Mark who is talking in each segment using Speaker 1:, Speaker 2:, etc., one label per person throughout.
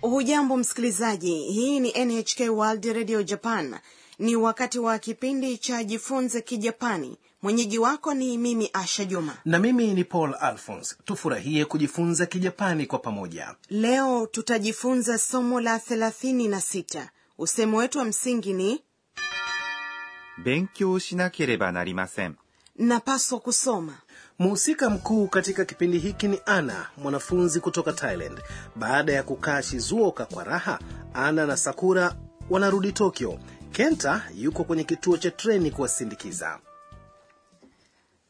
Speaker 1: hujambo msikilizaji hii ni nhk world radio japan ni wakati wa kipindi cha jifunze kijapani mwenyeji wako ni mimi asha juma
Speaker 2: na mimi ni paul alphons tufurahie kujifunza kijapani kwa pamoja
Speaker 1: leo tutajifunza somo la 36 usemo wetu wa msingi ni
Speaker 3: 勉強しなければなりません。
Speaker 1: napaswa kusoma
Speaker 2: mhusika mkuu katika kipindi hiki ni ana mwanafunzi kutoka thailand baada ya kukaa shizuoka kwa raha ana na sakura wanarudi tokyo kenta yuko kwenye kituo cha treni kuwasindikiza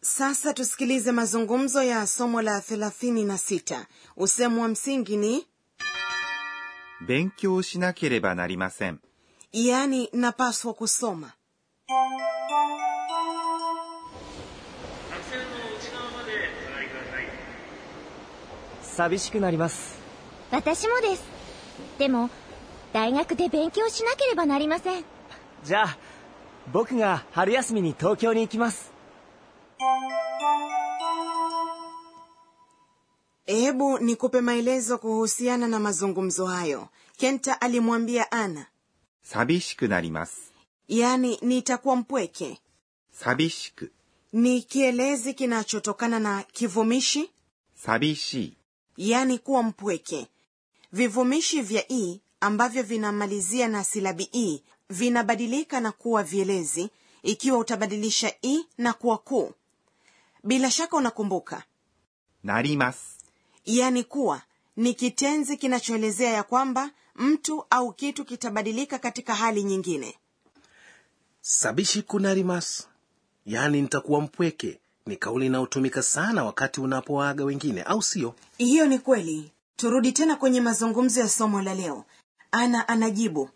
Speaker 1: sasa tusikilize mazungumzo ya somo la 36 usemo wa msingi ni
Speaker 3: 勉強しなければなりません。
Speaker 1: yaani napaswa kusoma
Speaker 4: 白線の内側までお座りください
Speaker 5: 寂しくなります
Speaker 6: 私もですでも大学で勉強しなければなりません
Speaker 5: じゃあ僕が春休みに東京に行きます
Speaker 1: hebu nikupe maelezo kuhusiana na mazungumzo hayo kenta alimwambia ana
Speaker 3: 寂しくなります。
Speaker 1: yaani nitakuwa mpweke
Speaker 3: 寂しく、
Speaker 1: ni kielezi kinachotokana na kivumishi
Speaker 3: 寂しい、
Speaker 1: yaani kuwa mpweke vivumishi vya i ambavyo vinamalizia na silabi i vinabadilika na kuwa vielezi ikiwa utabadilisha i na kuwa ku bila shaka unakumbuka
Speaker 3: なります。
Speaker 1: yaani kuwa ni kitenzi kinachoelezea ya kwamba mtu au kitu kitabadilika katika hali nyingine
Speaker 2: sabishi kunarimas yaani nitakuwa mpweke ni kauli inayotumika sana wakati unapoaga wengine au sio
Speaker 1: hiyo ni kweli turudi tena kwenye mazungumzo ya somo la leo ana anajibu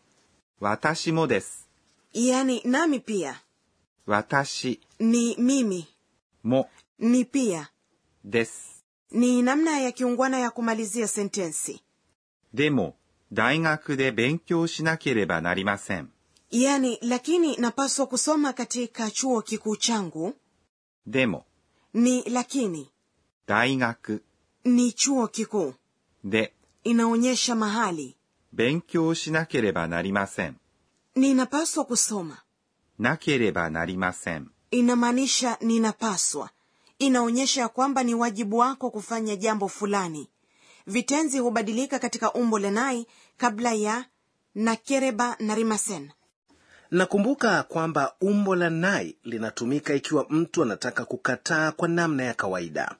Speaker 3: 私もです。
Speaker 1: yaani nami pia
Speaker 3: 私
Speaker 1: ni mimi
Speaker 3: も
Speaker 1: ni pia
Speaker 3: です。
Speaker 1: ni namna ya kiungwana ya kumalizia sentensi
Speaker 3: でも、大学で勉強しなければなりません。
Speaker 1: yaani lakini napaswa kusoma katika chuo kikuu changu
Speaker 3: でも、
Speaker 1: ni lakini
Speaker 3: 大学
Speaker 1: ni chuo kikuu
Speaker 3: で
Speaker 1: inaonyesha mahali
Speaker 3: 勉強しなければなりません。
Speaker 1: ninapaswa kusoma
Speaker 3: なければなりません。
Speaker 1: inamaanisha ninapaswa inaonyesha ya kwamba ni wajibu wako kufanya jambo fulani vitenzi hubadilika katika umbo lenai kabla ya nakereba na rimasen
Speaker 2: nakumbuka kwamba umbo la nai linatumika ikiwa mtu anataka kukataa kwa namna ya kawaida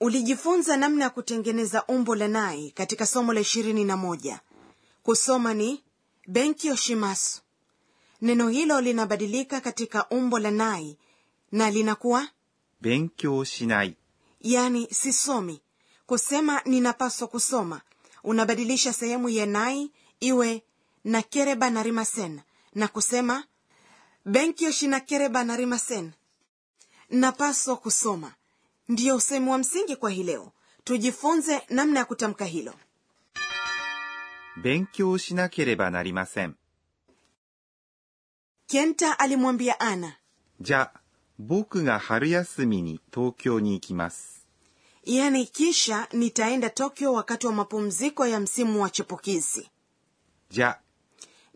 Speaker 1: ulijifunza namna ya kutengeneza umbo lenai katika somo la ishirini na moja kusoma ni benkyo shimasu neno hilo linabadilika katika umbo lenai na linakuwa
Speaker 3: 勉強しない、
Speaker 1: yani Yaani, sisomi kusema ninapaswa kusoma unabadilisha sehemu ya nai iwe nakereba na rimasen na kusema benkyoshi nakereba na rimasen napaswa kusoma ndiyo usehemu wa msingi kwa hii leo tujifunze namna ya kutamka hilo
Speaker 3: 勉強しなければなりません。
Speaker 1: kenta alimwambia ana
Speaker 3: じゃあ、僕が春休みに東京に行きます。
Speaker 1: yani "Yaani, kisha nitaenda tokyo wakati wa mapumziko ya msimu wa chipukizi
Speaker 3: じゃあ、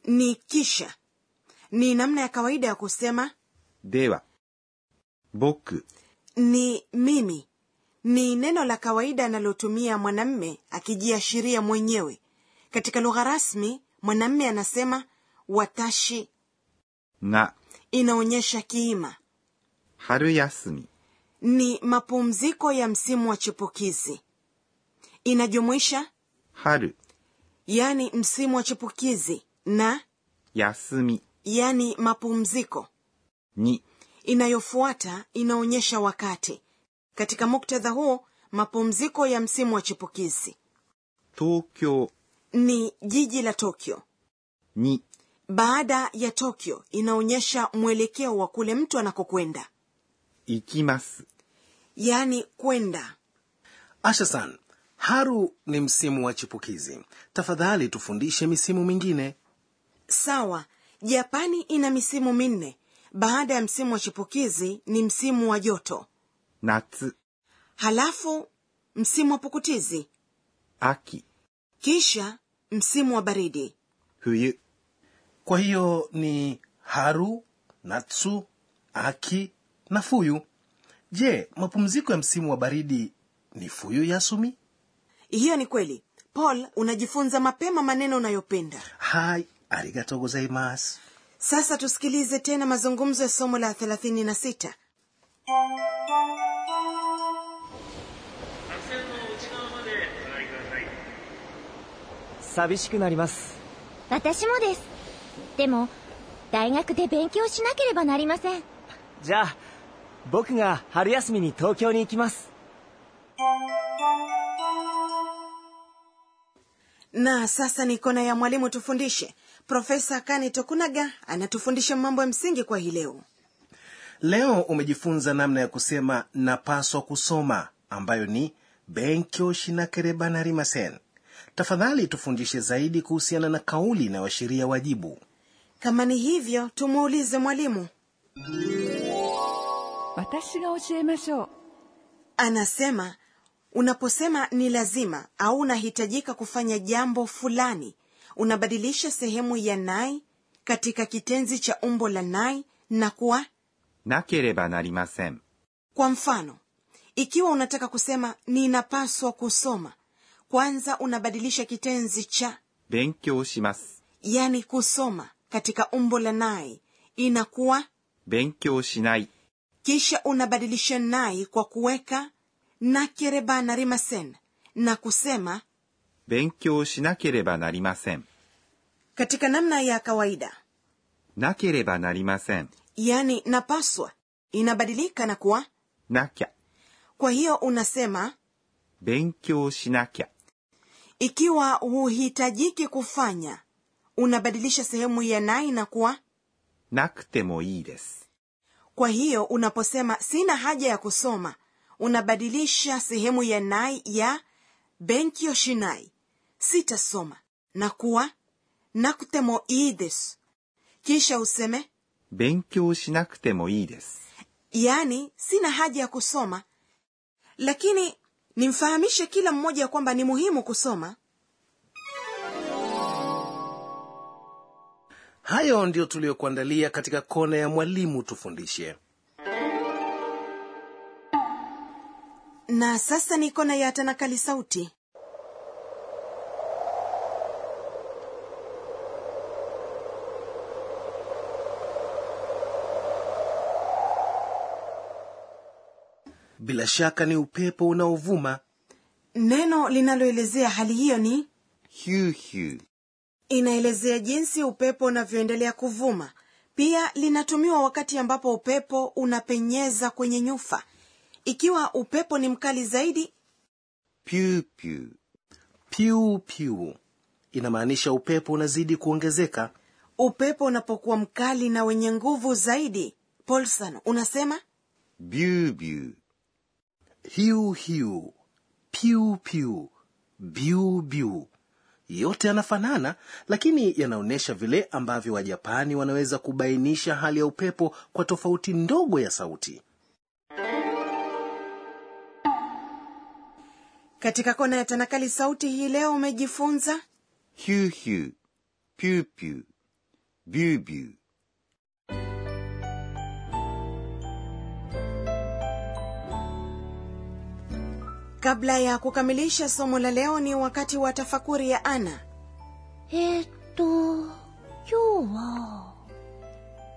Speaker 1: ni kisha ni namna ya kawaida ya kusema
Speaker 3: では、僕
Speaker 1: ni mimi ni neno la kawaida analotumia mwanamme akijiashiria mwenyewe katika lugha rasmi mwanamme anasema watashi
Speaker 3: が
Speaker 1: inaonyesha kiima
Speaker 3: 春休み
Speaker 1: ni mapumziko ya msimu wa chipukizi inajumuisha
Speaker 3: 春
Speaker 1: yani msimu wa chipukizi na
Speaker 3: 休み
Speaker 1: yani mapumziko
Speaker 3: に
Speaker 1: inayofuata inaonyesha wakati katika muktadha huu mapumziko ya msimu wa chipukizi
Speaker 3: 東京
Speaker 1: ni jiji la tokyo
Speaker 3: に
Speaker 1: baada ya tokyo inaonyesha mwelekeo wa kule mtu anakokwenda
Speaker 3: 行きます。
Speaker 1: yaani kwenda
Speaker 2: asha san haru ni msimu wa chipukizi tafadhali tufundishe misimu mingine
Speaker 1: sawa japani ina misimu minne baada ya msimu wa chipukizi ni msimu wa joto
Speaker 3: 夏、
Speaker 1: halafu msimu wa pukutizi
Speaker 3: 秋、
Speaker 1: kisha msimu wa baridi
Speaker 3: 冬
Speaker 2: kwa hiyo ni haru natsu aki na fuyu je mapumziko ya msimu wa baridi ni fuyu yasumi
Speaker 1: hiyo ni kweli paul unajifunza mapema maneno unayopenda
Speaker 2: hai arigato gozaimasu
Speaker 1: sasa tusikilize tena mazungumzo ya somo la 36
Speaker 4: 白線の内側までお座りください
Speaker 5: 寂しくなります
Speaker 6: 私もですでも大学で勉強しなければなりません
Speaker 5: じゃあ僕が春休みに東京に行きます
Speaker 1: na sasa ni kona ya mwalimu tufundishe profesa kani tokunaga anatufundisha mambo ya msingi kwa hii leo
Speaker 2: leo umejifunza namna ya kusema napaswa kusoma ambayo ni benkyo shinakerebanarimasen tafadhali tufundishe zaidi kuhusiana na kauli inayoashiria wajibu
Speaker 1: kama ni hivyo tumuulize mwalimu
Speaker 7: 私が教えましょう
Speaker 1: anasema unaposema ni lazima au unahitajika kufanya jambo fulani unabadilisha sehemu ya nai katika kitenzi cha umbo la nai na kuwa
Speaker 3: なければなりません
Speaker 1: kwa mfano ikiwa unataka kusema ninapaswa kusoma kwanza unabadilisha kitenzi cha
Speaker 3: 勉強します
Speaker 1: yani kusoma katika umbo la nai inakuwa
Speaker 3: 勉強しない
Speaker 1: kisha unabadilisha nai kwa kuweka nakerebana rimasen na kusema
Speaker 3: 勉強しなければなりません
Speaker 1: katika namna ya kawaida
Speaker 3: なければなりません
Speaker 1: yani napaswa inabadilika na kuwa
Speaker 3: なきゃ
Speaker 1: kwa hiyo unasema
Speaker 3: 勉強しなきゃ
Speaker 1: ikiwa huhitajiki kufanya unabadilisha sehemu ya nai na kuwa
Speaker 3: なくてもいいです
Speaker 1: kwa hiyo unaposema sina haja ya kusoma unabadilisha sehemu ya nai ya benkyo shinai sitasoma na kuwa nakutemo ides kisha useme
Speaker 3: 勉強しなくてもいいです
Speaker 1: yaani sina haja ya kusoma lakini nimfahamishe kila mmoja kwamba ni muhimu kusoma
Speaker 2: hayo ndiyo tuliyokuandalia katika kona ya mwalimu tufundishe
Speaker 1: na sasa niko na ya tanakali sauti
Speaker 2: bila shaka ni upepo unaovuma
Speaker 1: neno linaloelezea hali hiyo ni
Speaker 3: ヒューヒュー
Speaker 1: inaelezea jinsi upepo unavyoendelea kuvuma pia linatumiwa wakati ambapo upepo unapenyeza kwenye nyufa ikiwa upepo ni mkali zaidi
Speaker 3: ピューピュー
Speaker 2: piu piu inamaanisha upepo unazidi kuongezeka
Speaker 1: upepo unapokuwa mkali na wenye nguvu zaidi polson unasema
Speaker 3: ビュービュー
Speaker 2: hiu hiu piu piu biu biu yote yanafanana lakini yanaonyesha vile ambavyo wajapani wanaweza kubainisha hali ya upepo kwa tofauti ndogo ya sauti
Speaker 1: katika kona ya tanakali sauti hii leo umejifunza
Speaker 3: ヒューヒューピューピュービュービュー
Speaker 1: kabla ya kukamilisha somo la leo ni wakati wa tafakuri ya ana
Speaker 6: えーっと今日は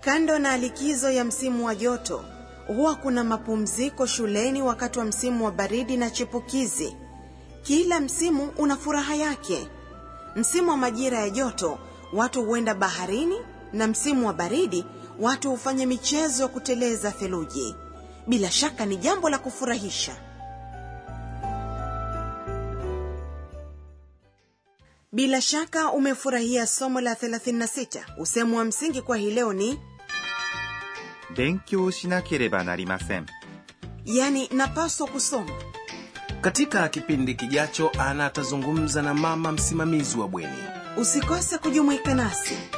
Speaker 1: kando na likizo ya msimu wa joto huwa kuna mapumziko shuleni wakati wa msimu wa baridi na chipukizi kila msimu una furaha yake msimu wa majira ya joto watu huenda baharini na msimu wa baridi watu hufanya michezo ya kuteleza theluji bila shaka ni jambo la kufurahisha bila shaka umefurahia somo la 36 usehemu wa msingi kwa hii leo ni
Speaker 3: 勉強しなければなりません
Speaker 1: yani Yaani, napaswa kusoma
Speaker 2: katika kipindi kijacho ana atazungumza na mama msimamizi wa bweni
Speaker 1: usikose kujumuika nasi